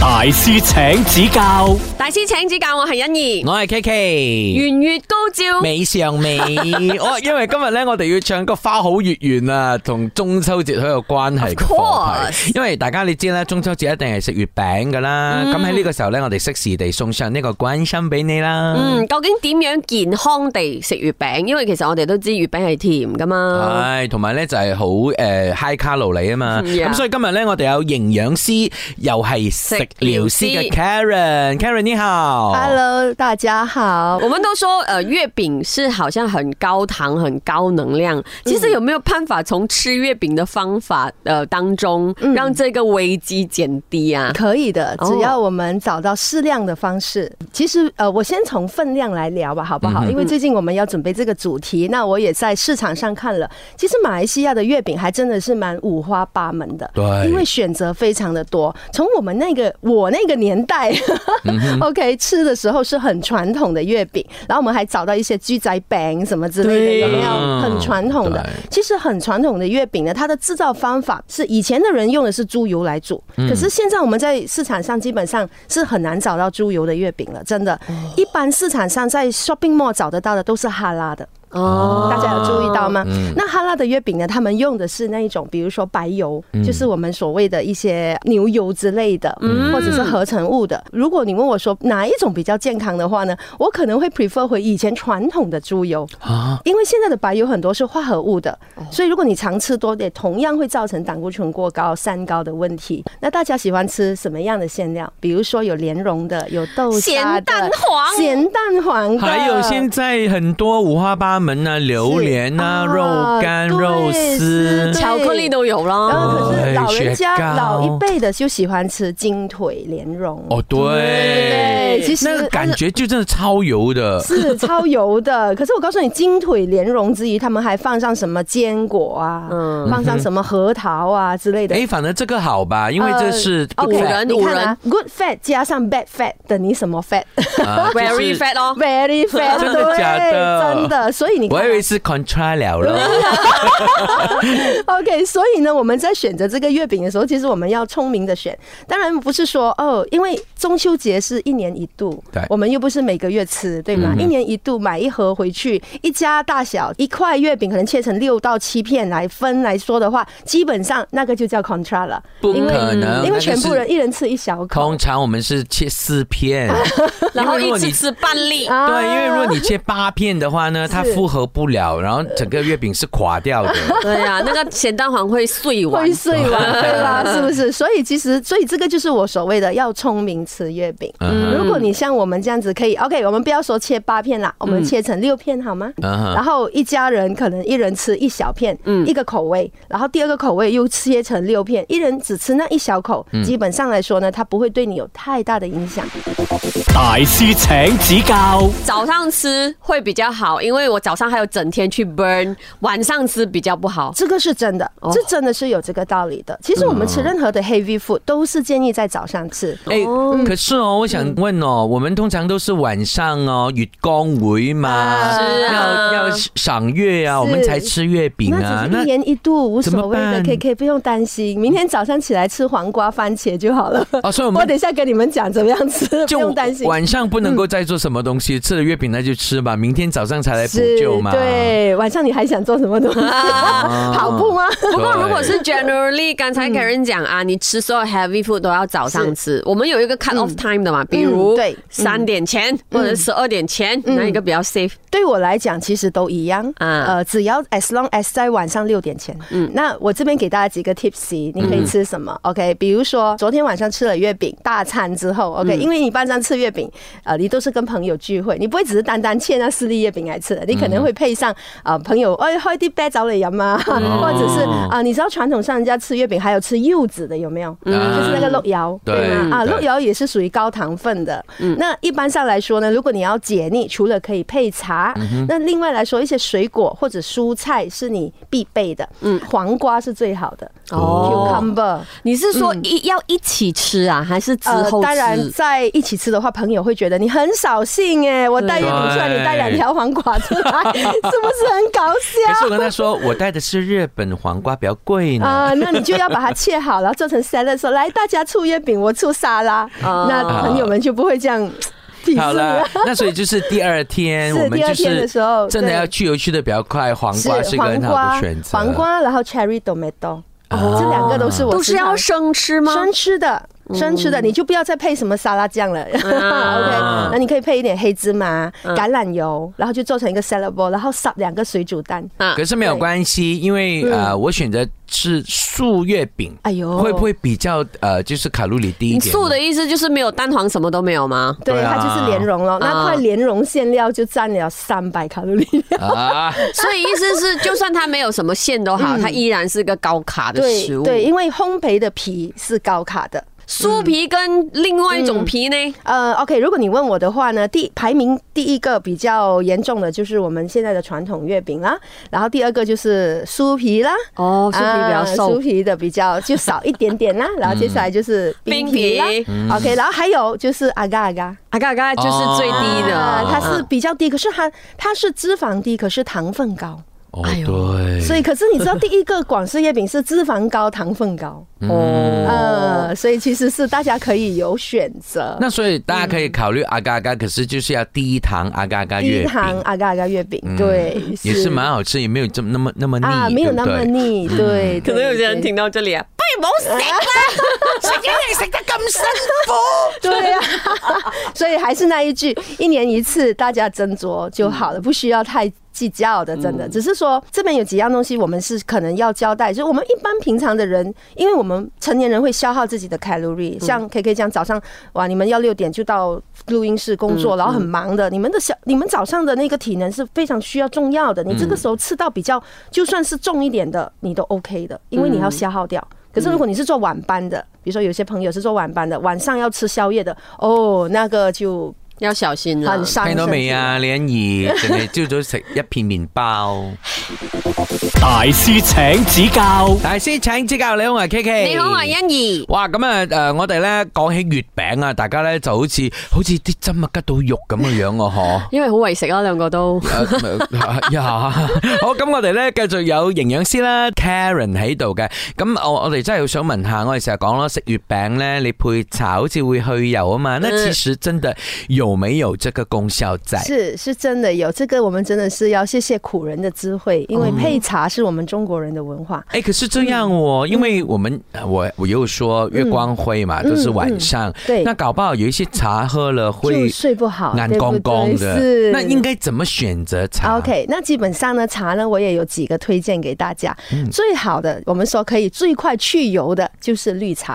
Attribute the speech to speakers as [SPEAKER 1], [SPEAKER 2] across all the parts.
[SPEAKER 1] 大師請指教，
[SPEAKER 2] 大師請指教，我係欣怡。
[SPEAKER 3] 我係 K K，
[SPEAKER 2] 圓月高照，
[SPEAKER 3] 美上美，我因為今日咧，我哋要唱個花好月圓啊，同中秋節好有關係
[SPEAKER 2] Of
[SPEAKER 3] 嘅課
[SPEAKER 2] course
[SPEAKER 3] 題。因為大家你知啦，中秋節一定係食月餅噶啦，
[SPEAKER 2] 嗯
[SPEAKER 3] 咁喺呢個時候咧，我哋適時地送上呢個關心俾你啦。
[SPEAKER 2] 嗯，究竟點樣健康地食月餅？因為其實我哋都知月餅係甜噶嘛。
[SPEAKER 3] 係，同埋咧就係好誒 high 卡路里啊嘛，
[SPEAKER 2] 嗯呀
[SPEAKER 3] 咁所以今日咧我哋有營養師又係食療師
[SPEAKER 2] 食療師
[SPEAKER 3] 嘅 Karen，Karen 你好
[SPEAKER 4] Hello，大家好。
[SPEAKER 2] 我們都說，呃，月餅是好像很高糖、很高能量。其實有沒有辦法從吃月餅的方法，呃，當中
[SPEAKER 4] 嗯
[SPEAKER 2] 讓這個危機減低啊？
[SPEAKER 4] 可以的，
[SPEAKER 2] 哦
[SPEAKER 4] 只要我们找到适量的方式。其实，呃，我先从分量来聊吧，好不好？
[SPEAKER 3] 嗯
[SPEAKER 4] 因为最近我们要准备这个主题，那我也在市场上看了。其实马来西亚的月饼还真的是蛮五花八门的，
[SPEAKER 3] 对
[SPEAKER 4] 因为选择非常的多。从我们那个我那个年代
[SPEAKER 3] 嗯
[SPEAKER 4] ，OK，吃的时候是很传统的月饼，然后我们还找到一些鸡仔饼什么之类的，有没有？
[SPEAKER 3] 嗯
[SPEAKER 4] 很传统的
[SPEAKER 3] 对。
[SPEAKER 4] 其实很传统的月饼呢，它的制造方法是以前的人用的是猪油来煮，可是现在我们在市场上基本上是很难找到猪油的月饼了，真的。一般市场上在 shopping mall 找得到的都是哈拉的，
[SPEAKER 2] 哦
[SPEAKER 4] 大家有注意到？吗？
[SPEAKER 3] 嗯
[SPEAKER 4] 那哈拉的月饼呢，他们用的是那一种，比如说白油，就是我们所谓的一些牛油之类的，或者是合成物的。如果你问我说哪一种比较健康的话呢，我可能会 prefer 回以前传统的猪油。
[SPEAKER 3] 啊，
[SPEAKER 4] 因为现在的白油很多是化合物的，
[SPEAKER 2] 哦
[SPEAKER 4] 所以如果你常吃多点，同样会造成胆固醇过高、三高的问题。那大家喜欢吃什么样的馅料？比如说有莲蓉的，有豆沙
[SPEAKER 2] 咸
[SPEAKER 4] 的，
[SPEAKER 2] 哦蛋黄
[SPEAKER 4] 咸蛋黄的，
[SPEAKER 3] 还有现在很多五花八门啊，榴莲啊，
[SPEAKER 4] 啊
[SPEAKER 3] 肉干、
[SPEAKER 4] 对
[SPEAKER 3] 肉丝
[SPEAKER 4] 是的
[SPEAKER 2] 巧克力都有
[SPEAKER 4] 然
[SPEAKER 2] 啦。
[SPEAKER 4] 后可是老人
[SPEAKER 3] 雪糕
[SPEAKER 4] 家老一辈的就喜欢吃金腿莲蓉，
[SPEAKER 3] 哦，对
[SPEAKER 4] 对，其实
[SPEAKER 3] 那个感觉就真的超油的，
[SPEAKER 4] 是超油的。可是我告诉你，金腿莲蓉之余，他们还放上什么坚果啊，
[SPEAKER 2] 嗯
[SPEAKER 4] 放上什么核桃啊之类的。
[SPEAKER 3] 哎，反正这个好吧，因为这是
[SPEAKER 4] 呃
[SPEAKER 3] good
[SPEAKER 4] OK，
[SPEAKER 3] fat
[SPEAKER 4] 你看
[SPEAKER 2] 五人
[SPEAKER 4] 啊，good fat 加上 bad fat 等于什么 fat？very
[SPEAKER 3] 啊就是
[SPEAKER 2] Very fat 哦。
[SPEAKER 4] fat，
[SPEAKER 3] 真的假的
[SPEAKER 4] 对真的。所以你看
[SPEAKER 3] 我
[SPEAKER 4] 啊
[SPEAKER 3] 以为是 contra 了 了，
[SPEAKER 4] OK，所以呢，我们在选择这个月饼的时候，其实我们要聪明的选。当然不是说哦，因为中秋节是一年一度，
[SPEAKER 3] 对嗯
[SPEAKER 4] 我们又不是每个月吃，对吗？一年一度买一盒回去，一家大小一块月饼，可能切成六到七片来分来说的话，基本上那个就叫 contra 了，
[SPEAKER 3] 不可能，
[SPEAKER 4] 因
[SPEAKER 3] 那
[SPEAKER 4] 为
[SPEAKER 3] 个
[SPEAKER 4] 全部
[SPEAKER 3] 是
[SPEAKER 4] 人一人吃一小口
[SPEAKER 3] 通。常我们是切四片，
[SPEAKER 2] 然后
[SPEAKER 3] 因
[SPEAKER 2] 一
[SPEAKER 3] 为如果
[SPEAKER 2] 次
[SPEAKER 3] 你
[SPEAKER 2] 吃半 粒，
[SPEAKER 4] 啊
[SPEAKER 3] 对，因为如果你切八片的话呢，它复合不了，然后整个月饼是垮掉的。
[SPEAKER 2] 对哎呀、那个咸蛋黄会碎完
[SPEAKER 4] 会。碎完，对吧？
[SPEAKER 3] 啊
[SPEAKER 4] 是不是？所以其实，所以这个就是我所谓的要聪明吃月饼。
[SPEAKER 3] 嗯
[SPEAKER 4] 如果你像我们这样子，可以 OK，我们不要说切八片啦，我们切成六片好吗？
[SPEAKER 3] 嗯哼
[SPEAKER 4] 然后一家人可能一人吃一小片，一个口味，然后第二个口味又切成六片，一人只吃那一小口，
[SPEAKER 3] 嗯
[SPEAKER 4] 基本上来说呢，它不会对你有太大的影响。
[SPEAKER 1] 大師請指教，
[SPEAKER 2] 早上吃会比较好，因为我早上还有整天去 burn，晚上吃比较不好。
[SPEAKER 4] 这个是真的，这真的是有这个道理的。其实我
[SPEAKER 3] 哦
[SPEAKER 4] 们吃任何的 heavy food 都是建议在早上吃。
[SPEAKER 3] 哎、可是哦，我想问
[SPEAKER 4] 嗯
[SPEAKER 3] 哦，我们通常都是晚上哦，月光回嘛，
[SPEAKER 4] 是
[SPEAKER 2] 啊
[SPEAKER 3] 要要赏月啊，
[SPEAKER 4] 是
[SPEAKER 3] 我们才吃月饼啊
[SPEAKER 4] 那，只是一年一度，无
[SPEAKER 3] 怎
[SPEAKER 4] 所谓
[SPEAKER 3] 么
[SPEAKER 4] 的
[SPEAKER 3] 办
[SPEAKER 4] ，K K 不用担心。明天早上起来吃黄瓜番茄就好了。
[SPEAKER 3] 哦，所以我
[SPEAKER 4] 我
[SPEAKER 3] 们
[SPEAKER 4] 等一下跟你们讲怎么样吃，不
[SPEAKER 3] 就
[SPEAKER 4] 用担心。
[SPEAKER 3] 晚上不能够再做什么东西，吃了月饼那就吃吧，明天早上才来补
[SPEAKER 4] 是
[SPEAKER 3] 救嘛。，啊
[SPEAKER 4] 对，晚上你还想做什么东西？ 跑步吗？
[SPEAKER 3] 不
[SPEAKER 2] 不过如果是
[SPEAKER 4] 嗯
[SPEAKER 2] generally，刚才 Karen 讲啊，你吃所有 heavy food 都要早上吃。我们有一个 cut off time 的嘛，比如
[SPEAKER 4] 嗯对嗯
[SPEAKER 2] 三点前或者十二点前，哪一个比较 safe？
[SPEAKER 4] 对我来讲，其实都一样。
[SPEAKER 2] 啊
[SPEAKER 4] 呃，只要 as long as 在晚上六点前。嗯，那我这边给大家几个 tips，你可以吃什么、o k 比如说昨天晚上吃了月饼大餐之后，OK，、因为你晚上吃月饼，呃，你都是跟朋友聚会，你不会只是单单切那四粒月饼来吃的，你可能会配上呃朋友，哎，开啲啤酒嚟饮啊， 或者是啊、你知道传统上人家吃月饼还有吃柚子的，有没有？就是那个肉
[SPEAKER 2] 嗯
[SPEAKER 4] 窑，
[SPEAKER 3] 对
[SPEAKER 4] 吗？啊，
[SPEAKER 3] 对
[SPEAKER 4] 肉窑也是属于高糖分的。那一般上来说呢，如果你要解腻，除了可以配茶，那
[SPEAKER 2] 嗯
[SPEAKER 4] 另外来说一些水果或者蔬菜是你必备的。嗯，黄瓜是最好的。
[SPEAKER 2] 哦
[SPEAKER 4] cucumber。
[SPEAKER 2] 你是说一要一起吃啊，还是之
[SPEAKER 4] 嗯呃，
[SPEAKER 2] 后
[SPEAKER 4] 当然
[SPEAKER 2] 吃？
[SPEAKER 4] 在一起吃的话，朋友会觉得你很扫兴哎，我带月饼出来，
[SPEAKER 3] 对
[SPEAKER 4] 你带两条黄瓜出来，是不是很啊 搞
[SPEAKER 3] 可是
[SPEAKER 4] 笑？
[SPEAKER 3] 我跟他说，我带的是日本黄瓜，比较贵呢。
[SPEAKER 4] 啊、那你就要把它切好，然后做成 salad，说来大家出月饼，我出沙拉，
[SPEAKER 2] 哦
[SPEAKER 4] 那朋友们就不会这样鄙
[SPEAKER 3] 好
[SPEAKER 4] 视
[SPEAKER 3] 了
[SPEAKER 4] 了。，
[SPEAKER 3] 那所以就是第二天，
[SPEAKER 4] 啊是
[SPEAKER 3] 我们就
[SPEAKER 4] 第二天的
[SPEAKER 3] 是
[SPEAKER 4] 时候
[SPEAKER 3] 真的
[SPEAKER 4] 对
[SPEAKER 3] 要去油去的比较快，黄瓜是一个
[SPEAKER 4] 黄
[SPEAKER 3] 很好
[SPEAKER 4] 瓜
[SPEAKER 3] 的选，择。
[SPEAKER 4] 黄瓜，然后 cherry tomato，、
[SPEAKER 3] 啊
[SPEAKER 4] 这两个都是我
[SPEAKER 2] 都是
[SPEAKER 4] 时常
[SPEAKER 2] 要生吃吗？嗯
[SPEAKER 4] 生吃的，生吃的，你就不要再配什么沙拉酱了。
[SPEAKER 2] 啊嗯
[SPEAKER 4] OK，那你 可以配一点黑芝麻、橄榄油，然后就做成一个 salad bowl，然后撒两个水煮蛋。
[SPEAKER 2] 啊
[SPEAKER 3] 可是没有
[SPEAKER 4] 对嗯
[SPEAKER 3] 关系，因为呃，我选择吃素月饼，
[SPEAKER 4] 哎呦，
[SPEAKER 3] 会不会比较呃，就是卡路里低一
[SPEAKER 2] 你
[SPEAKER 3] 点呢？
[SPEAKER 2] 素的意思就是没有蛋黄，什么都没有 吗？
[SPEAKER 4] 对，
[SPEAKER 3] 对啊
[SPEAKER 4] 它就是莲蓉咯，那块莲蓉馅料就占了三百卡路里。
[SPEAKER 3] 啊，
[SPEAKER 2] 所以意思是，就算它没有什么馅都好，它依然是个高卡的
[SPEAKER 4] 嗯对
[SPEAKER 2] 食物。
[SPEAKER 4] 对，因为烘焙的皮是高卡的。
[SPEAKER 2] 酥皮跟另外一种皮呢？
[SPEAKER 4] 呃，OK，如果你问我的话呢，第排名第一个比较严重的就是我们现在的传统月饼啦，然后第二个就是酥皮啦，
[SPEAKER 2] 哦，酥皮比较
[SPEAKER 4] 啊
[SPEAKER 2] 瘦嗯
[SPEAKER 4] 酥。皮的比较就少一点点啦，然后接下来就是冰皮啦
[SPEAKER 2] 冰皮
[SPEAKER 4] OK，然后还有就是阿嘎阿嘎，
[SPEAKER 2] 阿嘎嘎啊就是最低
[SPEAKER 4] 啊
[SPEAKER 2] 的，
[SPEAKER 4] 它是比较低，可是它它是脂肪低，可是糖分高，
[SPEAKER 3] 哦
[SPEAKER 2] 哎呦
[SPEAKER 3] 对，
[SPEAKER 4] 所以可是你知道第一个广式月饼是脂肪高，糖分高，
[SPEAKER 2] 哦。
[SPEAKER 4] 呃，所以其实是大家可以有选择。
[SPEAKER 3] 那所以大家可以考虑阿嘎阿嘎，可是就是要低糖阿嘎阿嘎
[SPEAKER 4] 嗯低
[SPEAKER 3] 月
[SPEAKER 4] 糖
[SPEAKER 3] 饼，
[SPEAKER 4] 阿嘎阿嘎月饼，
[SPEAKER 2] 嗯
[SPEAKER 4] 对，
[SPEAKER 3] 也是蛮好吃，也没有这么那么那么腻，
[SPEAKER 4] 啊，没有那么
[SPEAKER 3] 对不嗯对。
[SPEAKER 4] 腻，对，
[SPEAKER 2] 可能有些人
[SPEAKER 4] 挺
[SPEAKER 2] 听到这里啊，不如冇食啦，食嘢你食得咁辛苦。
[SPEAKER 4] 对啊，所以还是那一句，一年一次，大家斟酌就好了，不需要太。计较的，真的，只是说这边有几样东西，我们是可能要交代。就是我们一般平常的人，因为我们成年人会消耗自己的 calorie，像 K K 这样早上哇，你们要六点就到录音室工作，然后很忙的，你们的小你们早上的那个体能是非常需要重要的。你这个时候吃到比较就算是重一点的，你都 OK 的，因为你要消耗掉。可是如果你是做晚班的，比如说有些朋友是做晚班的，晚上要吃宵夜的，哦，那个就
[SPEAKER 2] 要小心啦
[SPEAKER 4] 很！伤。
[SPEAKER 3] 听到未？啊，李欣怡，淨係朝早食一片麵 包。
[SPEAKER 1] 大師請指教，
[SPEAKER 3] 大師請指教，你好，我係 K K。
[SPEAKER 2] 你好啊，欣怡，
[SPEAKER 3] 哇，咁啊，诶、我哋咧講起月餅啊，大家咧就好似好似啲針啊吉到肉咁嘅樣喎，嗬。
[SPEAKER 2] 因為好為食啊，兩個都
[SPEAKER 3] 誒呃呀， 好，咁我哋咧繼續有營養師啦，Karen 喺度嘅。咁我我哋真係好想問下，我哋成日講咯，食月餅咧，你配茶好似會去油啊
[SPEAKER 4] 呃
[SPEAKER 3] 嘛。那其實真的有沒有這個功效在？
[SPEAKER 4] 是是真的有这个，我们真的是要谢谢苦人的智慧，因为配茶是我们中国人的文化。
[SPEAKER 3] 哎、可是这样
[SPEAKER 4] 嗯
[SPEAKER 3] 哦，因为我们我我又说月光辉嘛，都是晚上，
[SPEAKER 4] 对
[SPEAKER 3] 那搞不好有一些茶喝了
[SPEAKER 4] 嗯就啊
[SPEAKER 3] 会
[SPEAKER 4] 睡不好，
[SPEAKER 3] 眼
[SPEAKER 4] 对不
[SPEAKER 3] 光光
[SPEAKER 4] 对
[SPEAKER 3] 的，
[SPEAKER 4] 是啊
[SPEAKER 3] 那应该怎么选择茶
[SPEAKER 4] OK，那基本上呢，茶呢，我也有几个推荐给大家。
[SPEAKER 3] 嗯
[SPEAKER 4] 最好的，我们说可以最快去油的，就是绿茶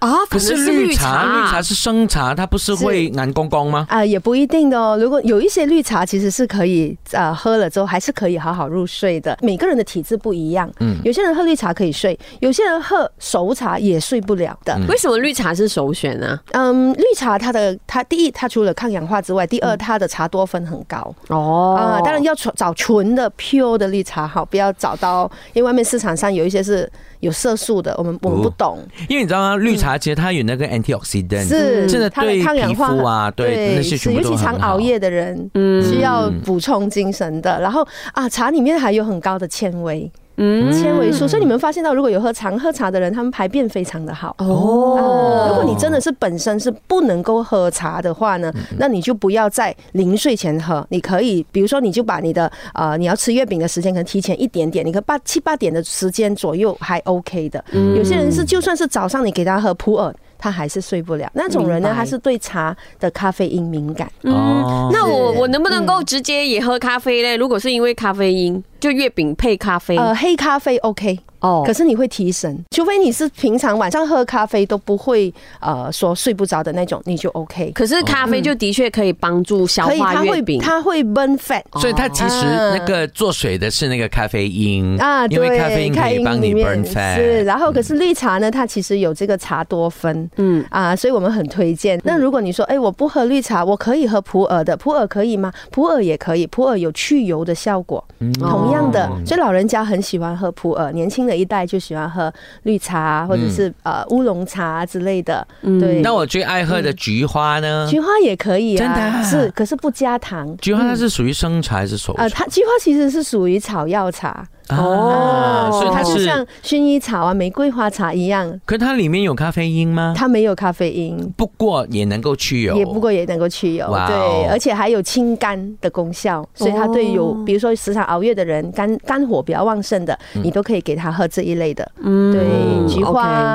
[SPEAKER 2] 啊，
[SPEAKER 3] 可
[SPEAKER 2] 反
[SPEAKER 3] 是
[SPEAKER 2] 正
[SPEAKER 3] 绿茶，绿茶是生茶，它不是
[SPEAKER 4] 是
[SPEAKER 3] 会眼光光吗？
[SPEAKER 4] 啊、也不一定的哦。如果有一些绿茶，其实是可以呃喝了之后还是可以好好入睡的。每个人的体质不一样，嗯，有些人喝绿茶可以睡，有些人喝熟茶也睡不了的。
[SPEAKER 2] 为什么绿茶是首选啊呢？
[SPEAKER 4] 嗯，绿茶它的它第一，它除了抗氧化之外，第二它的茶多酚很高。
[SPEAKER 2] 哦
[SPEAKER 4] 啊、当然要纯找纯的 pure 的绿茶好，不要找到，因为外面市场上有一些是有色素的，我们我们不
[SPEAKER 3] 哦
[SPEAKER 4] 懂，
[SPEAKER 3] 因为你知道吗？绿茶其实它有那个 antioxidant，
[SPEAKER 4] 嗯是
[SPEAKER 3] 真的
[SPEAKER 4] 它的
[SPEAKER 3] 对
[SPEAKER 4] 抗
[SPEAKER 3] 皮
[SPEAKER 4] 氧化
[SPEAKER 3] 肤啊，对那些
[SPEAKER 4] 是
[SPEAKER 3] 全部
[SPEAKER 4] 尤
[SPEAKER 3] 都
[SPEAKER 4] 其
[SPEAKER 3] 很
[SPEAKER 4] 常
[SPEAKER 3] 好嗯
[SPEAKER 4] 熬。夜的人，需要补充精神的。然后啊，茶里面还有很高的纤维，
[SPEAKER 2] 嗯
[SPEAKER 4] 纤维素，所以你们发现到，如果有喝常喝茶的人，他们排便非常的好。啊如
[SPEAKER 2] 哦
[SPEAKER 4] 果你真的是本身是不能够喝茶的话呢，
[SPEAKER 2] 嗯
[SPEAKER 4] 那你就不要在临睡前喝。你可以，比如说，你就把你的呃你要吃月饼的时间可能提前一点点，你可以八七八点的时间左右还 OK 的。
[SPEAKER 2] 嗯
[SPEAKER 4] 有些人是就算是早上你给他喝普洱，他还是睡不了。那种人
[SPEAKER 2] 明，
[SPEAKER 4] 呢
[SPEAKER 2] 白
[SPEAKER 4] 他是对茶的咖啡因敏感。嗯
[SPEAKER 3] 哦
[SPEAKER 2] 那我我能不能够直接也喝咖啡嘞？如果是因为咖啡因，就月饼配咖啡
[SPEAKER 4] 呃，黑咖啡 OK。
[SPEAKER 2] 哦
[SPEAKER 4] 可是你会提神，除非你是平常晚上喝咖啡都不会呃说睡不着的那种，你就 OK。
[SPEAKER 2] 可是咖啡就的确可以帮助消
[SPEAKER 4] 可以，它
[SPEAKER 2] 化月
[SPEAKER 4] 会
[SPEAKER 2] 饼，
[SPEAKER 4] 它会 burn fat，
[SPEAKER 3] 所以它其实
[SPEAKER 4] 啊
[SPEAKER 3] 那个做水的是那个咖啡因
[SPEAKER 4] 啊，
[SPEAKER 3] 因
[SPEAKER 4] 对，
[SPEAKER 3] 为咖啡因可以帮你
[SPEAKER 4] 里面
[SPEAKER 3] burn
[SPEAKER 4] 是，
[SPEAKER 3] fat。嗯
[SPEAKER 4] 然后可是绿茶呢，它其实有这个茶多酚，嗯啊，所以我们很推荐。
[SPEAKER 3] 嗯
[SPEAKER 4] 那如果你说，哎，我不喝
[SPEAKER 2] 哦
[SPEAKER 4] 绿
[SPEAKER 3] 哦
[SPEAKER 4] 茶，我可以喝普洱的，普洱可以吗？普洱也可以，普洱有去油的效果，同样的，所以老人家很喜欢喝普洱，年轻的一代就喜欢喝绿茶或者是、
[SPEAKER 3] 嗯
[SPEAKER 4] 呃乌龙茶之类的。
[SPEAKER 2] 嗯
[SPEAKER 4] 对，
[SPEAKER 3] 那我最爱喝的菊花呢？
[SPEAKER 4] 嗯菊花也可以啊，
[SPEAKER 3] 嗯真的啊
[SPEAKER 4] 是，可是不加糖。
[SPEAKER 3] 菊花它是属于生茶还是熟茶
[SPEAKER 4] 呃，？它菊花其实是属于草药茶，
[SPEAKER 3] 哦所以它啊
[SPEAKER 4] 它就是像薰衣草啊、玫瑰花茶一样，
[SPEAKER 3] 可它里面有咖啡因吗？
[SPEAKER 4] 它没有咖啡因，
[SPEAKER 3] 不过也能够去油，
[SPEAKER 4] 也不过也能够去油，
[SPEAKER 3] 哇哦
[SPEAKER 4] 对，而且还有清肝的功效，所以它对有
[SPEAKER 3] 哦
[SPEAKER 4] 比如说时常熬夜的人，肝肝火比较旺盛的，
[SPEAKER 3] 嗯
[SPEAKER 4] 你都可以给他喝这一类的，
[SPEAKER 2] 嗯
[SPEAKER 4] 对，菊花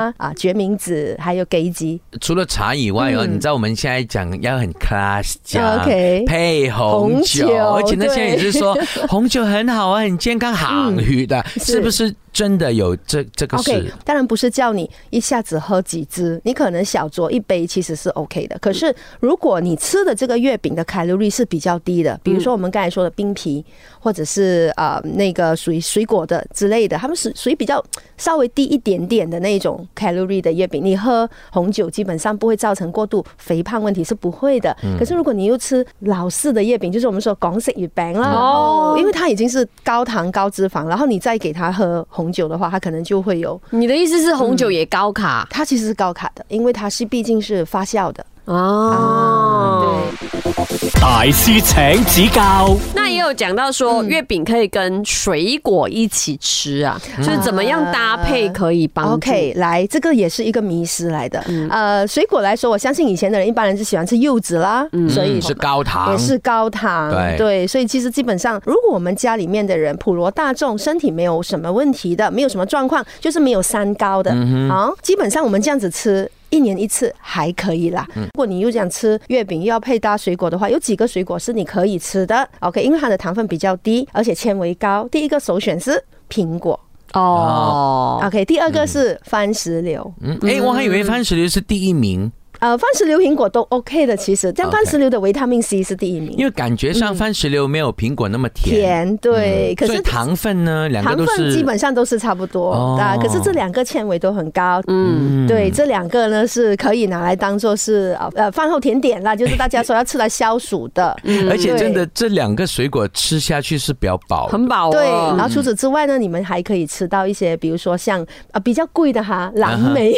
[SPEAKER 2] OK
[SPEAKER 4] 啊、决明子，还有杞子，
[SPEAKER 3] 除了茶以外哦，
[SPEAKER 4] 嗯啊
[SPEAKER 3] 你知道我们现在讲要很 class 加
[SPEAKER 4] 哦 OK
[SPEAKER 3] 配红酒，
[SPEAKER 4] 红酒
[SPEAKER 3] 而且那些人也
[SPEAKER 4] 对嗯
[SPEAKER 3] 是说 红酒很好啊，很健康，行血的，
[SPEAKER 4] 是
[SPEAKER 3] 是不是真的有这这个
[SPEAKER 4] OK，
[SPEAKER 3] 事？
[SPEAKER 4] 当然不是叫你一下子喝几支，你可能小酌一杯其实是 OK 的。可是如果你吃的这个月饼的 calorie 是比较低的，比如说
[SPEAKER 3] 嗯
[SPEAKER 4] 我们刚才说的冰皮，或者是呃那个属于水果的之类的，它们是属于比较稍微低一点点的那种 calorie 的月饼，你喝红酒基本上不会造成过度肥胖问题，是不会的。可是如果你又吃老式的月饼，就是我们说港式月饼啦，
[SPEAKER 2] 哦
[SPEAKER 4] 哦，因为它已经是高糖高脂肪，然后你再给它喝红酒的话，它可能就会有。
[SPEAKER 2] 你的意思是红酒也高卡
[SPEAKER 4] 它其实是高卡的，因为它是毕竟是发酵的。
[SPEAKER 2] 哦？
[SPEAKER 4] 嗯对，
[SPEAKER 1] 大师请指教，
[SPEAKER 2] 那也有讲到说
[SPEAKER 4] 嗯
[SPEAKER 2] 月饼可以跟水果一起吃啊，就是怎么样搭配可以帮助
[SPEAKER 4] 啊 OK，来，这个也是一个迷失来的。呃，水果来说，我相信以前的人一般人是喜欢吃柚子啦，所以
[SPEAKER 3] 嗯是高糖，
[SPEAKER 4] 也是高糖，
[SPEAKER 3] 对
[SPEAKER 4] 所以其实基本上，如果我们家里面的人普罗大众身体没有什么问题的，没有什么状况，就是没有三高的，
[SPEAKER 3] 嗯
[SPEAKER 4] 啊，基本上我们这样子吃。一年一次还可以啦。
[SPEAKER 3] 嗯
[SPEAKER 4] 如果你又想吃月饼，又要配搭水果的话，有几个水果是你可以吃的。OK，因为它的糖分比较低，而且纤维高。第一个首选是苹果。
[SPEAKER 2] 哦。
[SPEAKER 4] OK，第二个是番石榴。
[SPEAKER 3] 嗯，哎、我还以为番石榴是第一名，
[SPEAKER 4] 呃，番石榴、苹果都 OK 的，其实。但
[SPEAKER 3] OK
[SPEAKER 4] 番石榴的维他命 C 是第一名。
[SPEAKER 3] 因为感觉上番石榴没有苹果那么甜，
[SPEAKER 4] 嗯
[SPEAKER 3] 嗯
[SPEAKER 4] 甜，对。可
[SPEAKER 3] 所以
[SPEAKER 4] 是
[SPEAKER 3] 糖分呢，两个
[SPEAKER 4] 糖
[SPEAKER 3] 都
[SPEAKER 4] 分
[SPEAKER 3] 是
[SPEAKER 4] 基本上都是差不多
[SPEAKER 3] 哦
[SPEAKER 4] 啊，可是这两个纤维都很高。嗯，对，这两个呢是可以拿来当做是呃呃饭后 甜点啦，就是大家说要吃来消暑的。
[SPEAKER 3] 而且真的
[SPEAKER 4] 嗯对。
[SPEAKER 3] 这两个水果吃下去是比较饱的，
[SPEAKER 2] 很饱
[SPEAKER 4] 对，然
[SPEAKER 3] 嗯
[SPEAKER 2] 哦，
[SPEAKER 4] 后除此之外呢，你们还可以吃到一些，比如说像啊比较贵的哈，蓝莓，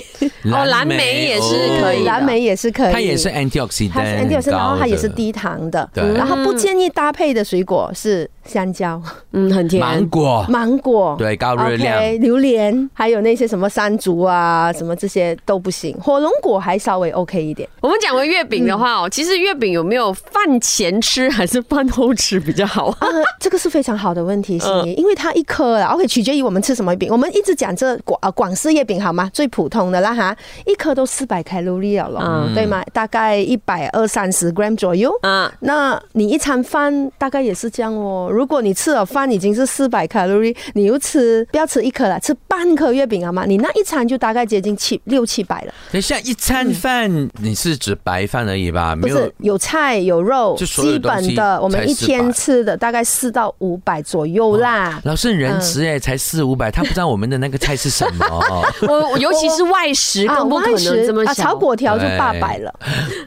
[SPEAKER 2] 哦蓝莓也是可以的
[SPEAKER 4] 蓝莓也是可以，
[SPEAKER 3] 啊哦它也是 antioxidant，
[SPEAKER 4] 它是 a n t i o 然后它也是低糖的，
[SPEAKER 3] 对
[SPEAKER 4] 然后不建议搭配的水果是香蕉、
[SPEAKER 2] 嗯，很甜。
[SPEAKER 3] 芒果，
[SPEAKER 4] 芒果，
[SPEAKER 3] 对高热量
[SPEAKER 4] OK，榴莲，还有那些什么山竹啊，什么这些都不行。火龙果还稍微 OK 一点。
[SPEAKER 2] 我们讲回月饼的
[SPEAKER 4] 嗯
[SPEAKER 2] 话哦，其实月饼有没有饭前吃还是饭后吃比较好啊？
[SPEAKER 4] 啊，这个是非常好的问题，心
[SPEAKER 3] 嗯
[SPEAKER 4] 怡，因为它一颗啦，OK，取决于我们吃什么饼。我们一直讲这广啊广式月饼好吗？最普通的啦哈，一颗都四百卡路里了咯，
[SPEAKER 2] 嗯
[SPEAKER 4] 对吗？大概一百二三十 gram 左右。
[SPEAKER 2] 啊，
[SPEAKER 4] 那你一餐饭大概也是这样哦。如果你吃了饭已经是四百卡路里，你又吃不要吃一颗了，吃半颗月饼好啊吗？你那一餐就大概接近七六七百了。
[SPEAKER 3] 等一下一餐饭你是指白饭而已吧？
[SPEAKER 4] 嗯不
[SPEAKER 3] 没有
[SPEAKER 4] 是有菜有肉，
[SPEAKER 3] 就所有
[SPEAKER 4] 基
[SPEAKER 3] 东西
[SPEAKER 4] 本的我们一天吃的大概四到五百左右啦。
[SPEAKER 3] 老是仁慈哎，才四五百，他不知道我们的那个菜是 什么。
[SPEAKER 2] 我尤其是外食
[SPEAKER 4] 啊
[SPEAKER 2] 更不可
[SPEAKER 4] 外
[SPEAKER 2] 能
[SPEAKER 4] 食
[SPEAKER 2] 这么
[SPEAKER 4] 啊，
[SPEAKER 2] 小。哎
[SPEAKER 4] 炒粿条就
[SPEAKER 3] 对
[SPEAKER 4] 八百了，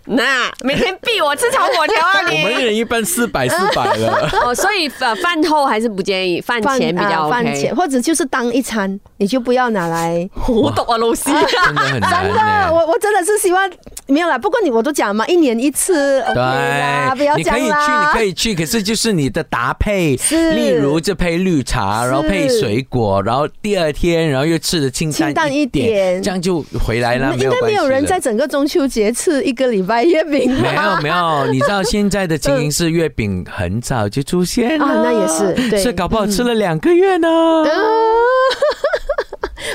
[SPEAKER 2] 那每天逼我吃炒粿条啊
[SPEAKER 3] 我们一
[SPEAKER 2] 你！
[SPEAKER 3] 人一半四百四百
[SPEAKER 4] 嗯
[SPEAKER 3] 了，
[SPEAKER 2] 哦，所以呃饭后还是不建议，饭
[SPEAKER 4] 饭
[SPEAKER 2] 前比较
[SPEAKER 4] 啊
[SPEAKER 2] OK。
[SPEAKER 4] 饭前或者就是当一餐，你就不要 拿来。
[SPEAKER 2] 好毒啊，老师。
[SPEAKER 3] 真的很难
[SPEAKER 4] 真的，
[SPEAKER 3] 欸
[SPEAKER 4] 我我真的是希望没有啦。不过你我都讲嘛，一年一次，OK 啊啦，不
[SPEAKER 3] 对，
[SPEAKER 4] 要
[SPEAKER 3] 你
[SPEAKER 4] 讲
[SPEAKER 3] 可以去，你
[SPEAKER 4] 啦。
[SPEAKER 3] 可以去，可是就是你的搭配，
[SPEAKER 4] 是
[SPEAKER 3] 例如就配绿茶，
[SPEAKER 4] 是
[SPEAKER 3] 然后配水果，然后第二天然后又吃的清
[SPEAKER 4] 清淡
[SPEAKER 3] 一
[SPEAKER 4] 一点
[SPEAKER 3] 这样就回来了，没
[SPEAKER 4] 应
[SPEAKER 3] 有
[SPEAKER 4] 该
[SPEAKER 3] 关
[SPEAKER 4] 没
[SPEAKER 3] 系
[SPEAKER 4] 有人
[SPEAKER 3] 的
[SPEAKER 4] 在整个中秋节吃一个礼拜月饼吧
[SPEAKER 3] 没有没有，你知道现在的经营是月饼很早就出现了，
[SPEAKER 4] 啊，那也是对。嗯
[SPEAKER 3] 所以搞不好吃了两个月呢。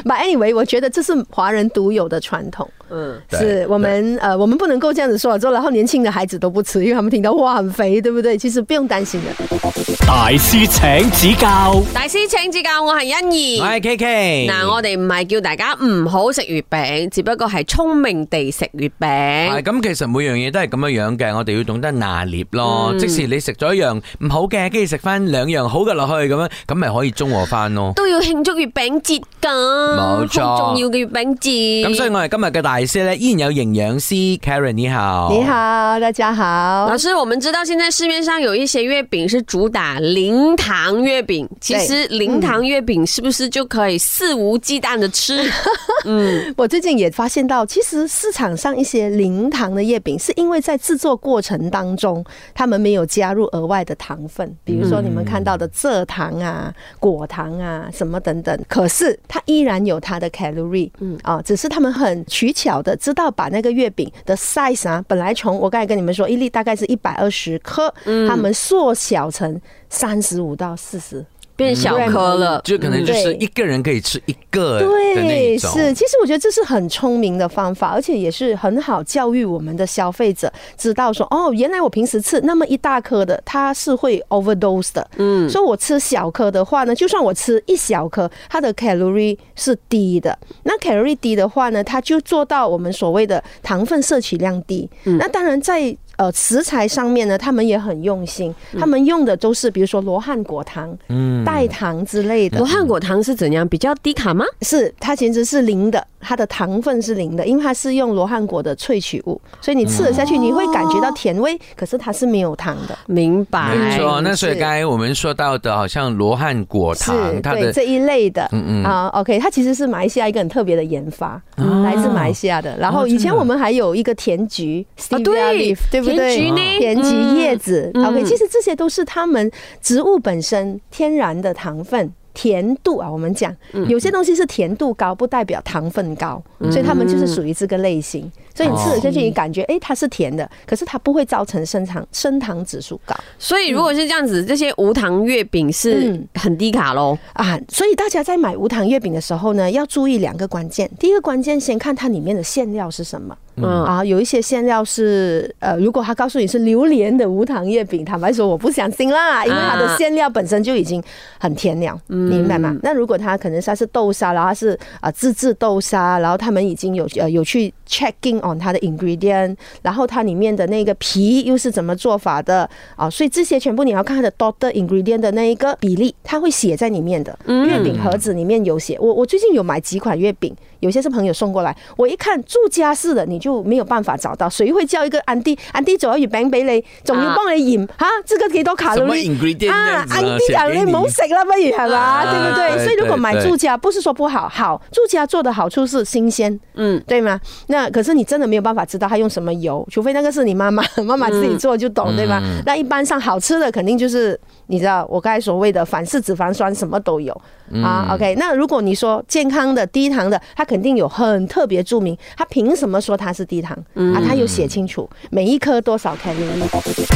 [SPEAKER 4] But anyway，我觉得这是华人独有的传统，
[SPEAKER 2] 嗯，
[SPEAKER 3] 对
[SPEAKER 4] 是我们呃，我们不能够这样子说了之后，然后年轻的孩子都不吃，因为他们听到哇很肥，对不对？其实不用担心的。
[SPEAKER 1] 大师请指教，
[SPEAKER 2] 大師請指教，我係欣怡。
[SPEAKER 3] 我系 K K，
[SPEAKER 2] 嗱，我哋唔係叫大家唔好食月餅，只不過係聰明地食月
[SPEAKER 3] 係
[SPEAKER 2] 餅。
[SPEAKER 3] 咁，其實每樣嘢都係咁樣樣嘅，我哋要懂得拿捏咯。
[SPEAKER 4] 嗯
[SPEAKER 3] 即使你食咗一樣唔好嘅， 跟住食翻兩樣好嘅落去，咁樣咁咪可以中和翻咯。
[SPEAKER 2] 都要慶祝月餅節㗎，
[SPEAKER 3] 冇錯
[SPEAKER 2] 好重要嘅月餅節。
[SPEAKER 3] 咁所以我哋今日嘅大師咧，依然有營養師 Karen，你好，
[SPEAKER 4] 你，好，大家好
[SPEAKER 2] 老。师，我们知道现在市面上有一些月饼是主打零糖月饼，其实零糖月饼是不是就可以肆无忌惮的吃？
[SPEAKER 4] 我最近也发现到，其实市场上一些零糖的月饼，是因为在制作过程当中，他们没有加入额外的糖分，比如说你们看到的蔗糖啊、果糖啊什么等等。可是它依然有它的 calorie，嗯啊，只是他们很取巧的知道把那个月饼的 size 啊，本来从我刚才跟你们说一粒大概是一百二十克，他们缩小成三十五到四十。
[SPEAKER 2] 变小颗了。
[SPEAKER 3] 就可能就是
[SPEAKER 4] 嗯对
[SPEAKER 3] 一个人可以吃一个的那
[SPEAKER 4] 对，
[SPEAKER 3] 一种，
[SPEAKER 4] 是，其实我觉得这是很聪明的方法，而且也是很好教育我们的消费者，知道说哦，原来我平时吃那么一大颗的，它是会 overdose 的。嗯，所以我吃小颗的话呢，就算我吃一小颗，它的 calorie 是低的。那 calorie 低的话呢，它就做到我们所谓的糖分摄取量低。
[SPEAKER 3] 嗯
[SPEAKER 4] 那当然在呃，食材上面呢，他们也很用心，
[SPEAKER 3] 嗯
[SPEAKER 4] 他们用的都是比如说罗汉果糖、嗯、代糖之类
[SPEAKER 3] 嗯
[SPEAKER 4] 的。
[SPEAKER 2] 罗汉果糖是怎样？比较低卡吗？
[SPEAKER 4] 是它其实是零的，它的糖分是零的，因为它是用罗汉果的萃取物，所以你吃了下去，你会感觉到甜味，可是它是没有糖的。
[SPEAKER 2] 明白。
[SPEAKER 3] 没错。
[SPEAKER 4] 哎
[SPEAKER 3] 那所以
[SPEAKER 4] 是
[SPEAKER 3] 刚才我们说到的，好像罗汉果
[SPEAKER 4] 是
[SPEAKER 3] 糖，它
[SPEAKER 4] 对
[SPEAKER 3] 的
[SPEAKER 4] 这一类的，
[SPEAKER 3] 嗯嗯嗯啊
[SPEAKER 4] 啊，OK，它其实是马来西亚一个很特别的研发，来自马来西亚的。然
[SPEAKER 3] 哦
[SPEAKER 4] 后
[SPEAKER 3] 真的啊
[SPEAKER 4] 以前我们还有一个甜菊，
[SPEAKER 2] 啊
[SPEAKER 4] stevia
[SPEAKER 2] 对
[SPEAKER 4] leaf，对不对？
[SPEAKER 2] 甜菊
[SPEAKER 3] 哦
[SPEAKER 2] 呢
[SPEAKER 4] 甜
[SPEAKER 2] 嗯
[SPEAKER 4] 菊叶子，OK，其实这些都是它们植物本身天然的糖分。甜度啊，我们讲
[SPEAKER 2] 嗯
[SPEAKER 4] 有些东西是甜度高，不代表糖分高，所以它们就是属于这个类型。所以你
[SPEAKER 2] 哦
[SPEAKER 4] 吃了下去，你感觉诶它是甜的，可是它不会造成升糖升糖指数高。
[SPEAKER 2] 所以如果是这样子，这些无糖月饼是
[SPEAKER 4] 嗯
[SPEAKER 2] 很低卡喽。
[SPEAKER 4] 啊，所以大家在买无糖月饼的时候呢，要注意两个关键。第一个关键，先看它里面的馅料是什么。
[SPEAKER 2] 嗯，
[SPEAKER 4] 啊，有一些馅料是呃，如果他告诉你是榴莲的无糖月饼，坦白说我不相信啦，因为它的馅料本身就已经很甜了，你明白吗？那如果它可能是它是豆沙，然后它是啊、呃自制豆沙，然后他们已经有呃有去 checking on 它的 ingredient，然后它里面的那个皮又是怎么做法的啊，所以这些全部你要看它的 daughter ingredient 的那一个比例，它会写在里面的。月饼盒子里面有写，我我最近有买几款月饼，有些是朋友送过来，我一看住家式的你就没有办法找到，谁会叫一个安迪安迪做咗月餅俾你，仲要幫你驗吓、啊？這個幾多卡
[SPEAKER 3] 什
[SPEAKER 4] 路
[SPEAKER 3] 么
[SPEAKER 4] 里？
[SPEAKER 3] ingredient 这
[SPEAKER 4] 啊
[SPEAKER 3] 样，子
[SPEAKER 4] 安
[SPEAKER 3] 呢
[SPEAKER 4] 迪啊，
[SPEAKER 3] 写给
[SPEAKER 4] 你唔好食啦，不如係嘛，
[SPEAKER 3] 啊
[SPEAKER 4] 對不
[SPEAKER 3] 對
[SPEAKER 4] 對？所以如果買
[SPEAKER 3] 對對
[SPEAKER 4] 住家，不是說不好，好住家做的好處是新鮮，
[SPEAKER 2] 嗯，
[SPEAKER 4] 对吗？那可是你真的没有办法知道它用什么油，除非那个是你妈妈 妈妈自己做就懂，对吧？
[SPEAKER 3] 嗯
[SPEAKER 4] 那一般上好吃的肯定就是你知道我刚才所谓的反式脂肪酸什么都有、
[SPEAKER 3] 嗯
[SPEAKER 4] 啊。OK，那如果你说健康的低糖的，它肯定有很特别注明，它凭什么说它是低糖、
[SPEAKER 3] 嗯
[SPEAKER 4] 啊？它有写清楚每一颗多少卡路里。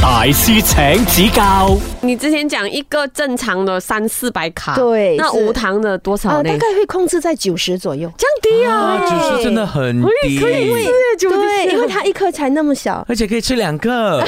[SPEAKER 1] 大师请指教，
[SPEAKER 2] 你之前讲一个正常的三四百卡，
[SPEAKER 4] 对
[SPEAKER 2] 那
[SPEAKER 4] 是
[SPEAKER 2] 无糖的多少
[SPEAKER 4] 呃，
[SPEAKER 2] 呢
[SPEAKER 4] 大？概会控制在九十左右。
[SPEAKER 2] 这样低啊，
[SPEAKER 3] 啊，指数真的很低，
[SPEAKER 4] 对，因为它一颗才那么小，
[SPEAKER 3] 而且可以吃两 个，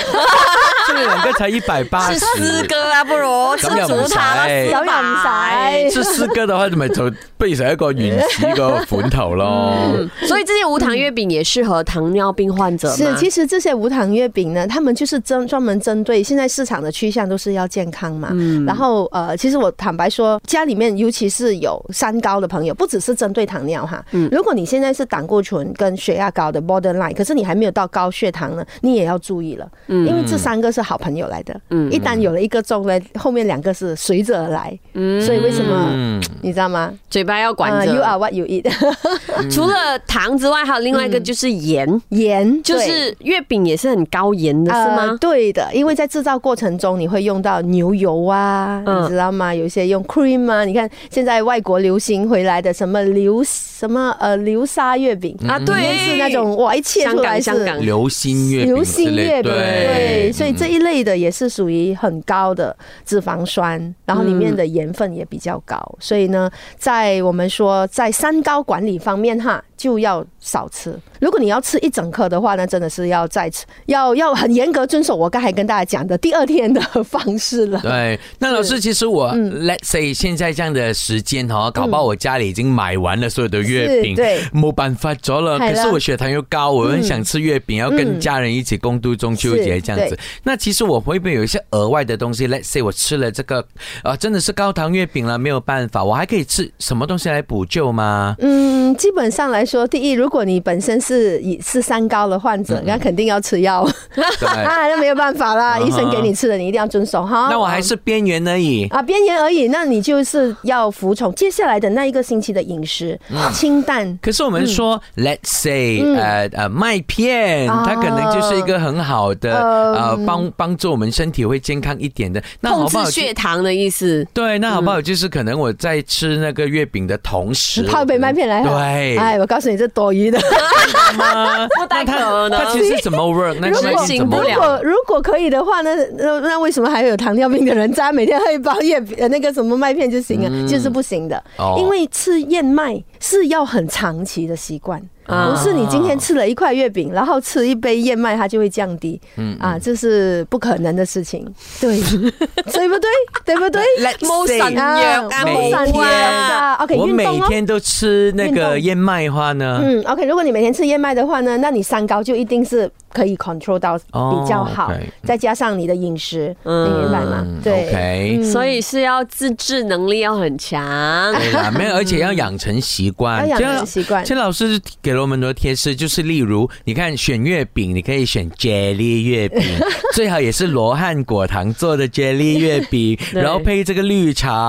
[SPEAKER 3] 吃两个才一百八
[SPEAKER 2] 吃
[SPEAKER 3] 十。
[SPEAKER 2] 四个啊，不如吃
[SPEAKER 3] 咁又唔
[SPEAKER 2] 竹塔啦，
[SPEAKER 3] 使
[SPEAKER 2] 啊四
[SPEAKER 4] 有人唔
[SPEAKER 2] 百。
[SPEAKER 4] 使。
[SPEAKER 3] 吃四個嘅話，咪就變成一個原始嘅款頭咯。
[SPEAKER 4] 嗯
[SPEAKER 2] 所以这些无糖月饼也适合糖尿病患者
[SPEAKER 4] 是，
[SPEAKER 2] 吗？
[SPEAKER 4] 其实这些无糖月饼呢，他们就是针专门针对现在市场的趋向都是要健康嘛。
[SPEAKER 2] 嗯
[SPEAKER 4] 然后呃，其实我坦白说，家里面尤其是有三高的朋友，不只是针对糖尿哈。
[SPEAKER 2] 嗯
[SPEAKER 4] 如果你现在是胆固醇跟血压高的 borderline，可是你还没有到高血糖呢，你也要注意了，
[SPEAKER 2] 嗯
[SPEAKER 4] 因为这三个是好朋友来的。一旦有了一个中呢，后面两个是随着而来。所以为什
[SPEAKER 3] 嗯
[SPEAKER 4] 么你知道吗？
[SPEAKER 2] 嗯嘴巴要管
[SPEAKER 4] 呃
[SPEAKER 2] 着。
[SPEAKER 4] you are what you 嗯 eat，
[SPEAKER 2] 除了糖之外，还有另外一个就是盐，
[SPEAKER 4] 盐
[SPEAKER 2] 就
[SPEAKER 4] 对
[SPEAKER 2] 是月饼也是很高盐的，是
[SPEAKER 4] 呃
[SPEAKER 2] 吗？
[SPEAKER 4] 对的，因为在制造过程中你会用到牛油啊，
[SPEAKER 2] 嗯
[SPEAKER 4] 你知道吗？有一些用 cream 啊，你看现在外国流行回来的什么流什么呃流沙月饼，
[SPEAKER 3] 嗯
[SPEAKER 2] 啊，
[SPEAKER 4] 里面
[SPEAKER 2] 对，
[SPEAKER 4] 是那种哇一切
[SPEAKER 2] 香
[SPEAKER 4] 出来
[SPEAKER 2] 港
[SPEAKER 4] 是
[SPEAKER 2] 香港
[SPEAKER 3] 流心月
[SPEAKER 4] 流
[SPEAKER 3] 饼
[SPEAKER 4] 心
[SPEAKER 3] 之嗯
[SPEAKER 4] 月
[SPEAKER 3] 類，
[SPEAKER 4] 饼，
[SPEAKER 3] 對
[SPEAKER 4] 对，所以这一类的也是属于很高的脂肪酸，然后里
[SPEAKER 3] 嗯
[SPEAKER 4] 面的盐分也比较高，所以呢，在我们说在三高管理方面哈，就要少吃。如果你要吃一整颗的话呢，真的是要再吃，要要很严格遵守我刚才跟大家讲的第二天的 方式了。
[SPEAKER 3] 对，那老师，其实我、let's
[SPEAKER 4] 嗯
[SPEAKER 3] say 现在这样的时间哈，搞不好我家里已经买完了所有的月饼，
[SPEAKER 4] 是对
[SPEAKER 3] 冇办法咗了。
[SPEAKER 4] 系啦
[SPEAKER 3] 可是我血糖又高，我
[SPEAKER 4] 嗯
[SPEAKER 3] 很想吃月饼，要跟家人一起共度中秋节
[SPEAKER 4] 是
[SPEAKER 3] 这样子
[SPEAKER 4] 对。
[SPEAKER 3] 那其实我会不会有一些额外的东西？Let's say 我吃了这个啊、真的是高糖月饼了，没有办法，我还可以吃什么东西来补救吗？
[SPEAKER 4] 嗯，基本上来说，第一，如果你本身是以是三高的患
[SPEAKER 3] 嗯
[SPEAKER 4] 者，那肯定要吃药，
[SPEAKER 3] 对，
[SPEAKER 4] 啊，那没有办法啦，
[SPEAKER 3] 哎嗯哼
[SPEAKER 4] 医生给你吃的，你一定要遵守哈。
[SPEAKER 3] 那我还是边缘而已。
[SPEAKER 4] 啊，边缘而已，那你就是要服从接下来的那一个星期的饮食，清淡。
[SPEAKER 3] 可是我们说、l e t s say，、呃呃，麦片，
[SPEAKER 4] 嗯啊
[SPEAKER 3] 它可能就是一个很好的、
[SPEAKER 4] 嗯
[SPEAKER 3] 呃帮帮助我们身体会健康一点的。那好
[SPEAKER 2] 控
[SPEAKER 3] 不好
[SPEAKER 2] 制
[SPEAKER 3] 就？
[SPEAKER 2] 血糖的意思。
[SPEAKER 3] 对，那好
[SPEAKER 4] 嗯
[SPEAKER 3] 不好？就是可能我在吃那个月饼的同时，
[SPEAKER 4] 泡一杯麦片来喝，
[SPEAKER 3] 对，
[SPEAKER 4] 哎，我告诉你，这多余的。
[SPEAKER 3] 妈
[SPEAKER 2] 不太可
[SPEAKER 3] 那它
[SPEAKER 2] 能
[SPEAKER 3] 它其实怎么 work？那
[SPEAKER 4] 如
[SPEAKER 3] 个
[SPEAKER 4] 果
[SPEAKER 3] 麦片怎
[SPEAKER 2] 不
[SPEAKER 3] 么
[SPEAKER 4] 如
[SPEAKER 2] 了
[SPEAKER 3] work？
[SPEAKER 4] 果如果可以的话，那那那为什么还有糖尿病的人在每天喝一包叶呃那个什么麦片就行了？啊就是不行的，
[SPEAKER 3] 嗯哦
[SPEAKER 4] 因为吃燕麦是要很长期的习惯。
[SPEAKER 2] 啊
[SPEAKER 4] 不是你今天吃了一块月饼，然后吃一杯燕麦，它就会降低，
[SPEAKER 3] 嗯
[SPEAKER 4] 啊，这是不可能的事情，对， 对不对？对不对？
[SPEAKER 3] Let's
[SPEAKER 2] 冇
[SPEAKER 3] say，
[SPEAKER 2] 神药啊，
[SPEAKER 3] 每
[SPEAKER 4] 没
[SPEAKER 2] 冇
[SPEAKER 4] 有
[SPEAKER 2] 啊，
[SPEAKER 4] 的，OK，
[SPEAKER 3] 我
[SPEAKER 4] 运
[SPEAKER 3] 每
[SPEAKER 4] 动哦。
[SPEAKER 3] 天都吃那
[SPEAKER 4] 运
[SPEAKER 3] 个
[SPEAKER 4] 动
[SPEAKER 3] 燕麦花呢。
[SPEAKER 4] 嗯，OK，如果你每天吃燕麦的话呢，那你三高就一定是可以 control 到
[SPEAKER 3] 哦
[SPEAKER 4] 比较好，
[SPEAKER 3] OK 嗯
[SPEAKER 4] 再加上你的饮食，你明白吗？对
[SPEAKER 3] OK，
[SPEAKER 2] 所以是要自制能力要很强。
[SPEAKER 3] 对 啦，没有，而且要养成习惯，
[SPEAKER 4] 要养成习惯
[SPEAKER 3] 其实老师给了我们很多贴士，就是例如，你看选月饼，你可以选 jelly 月 饼，最好也是罗汉果糖做的 jelly 月饼，
[SPEAKER 2] 对
[SPEAKER 3] 然后配这个绿茶。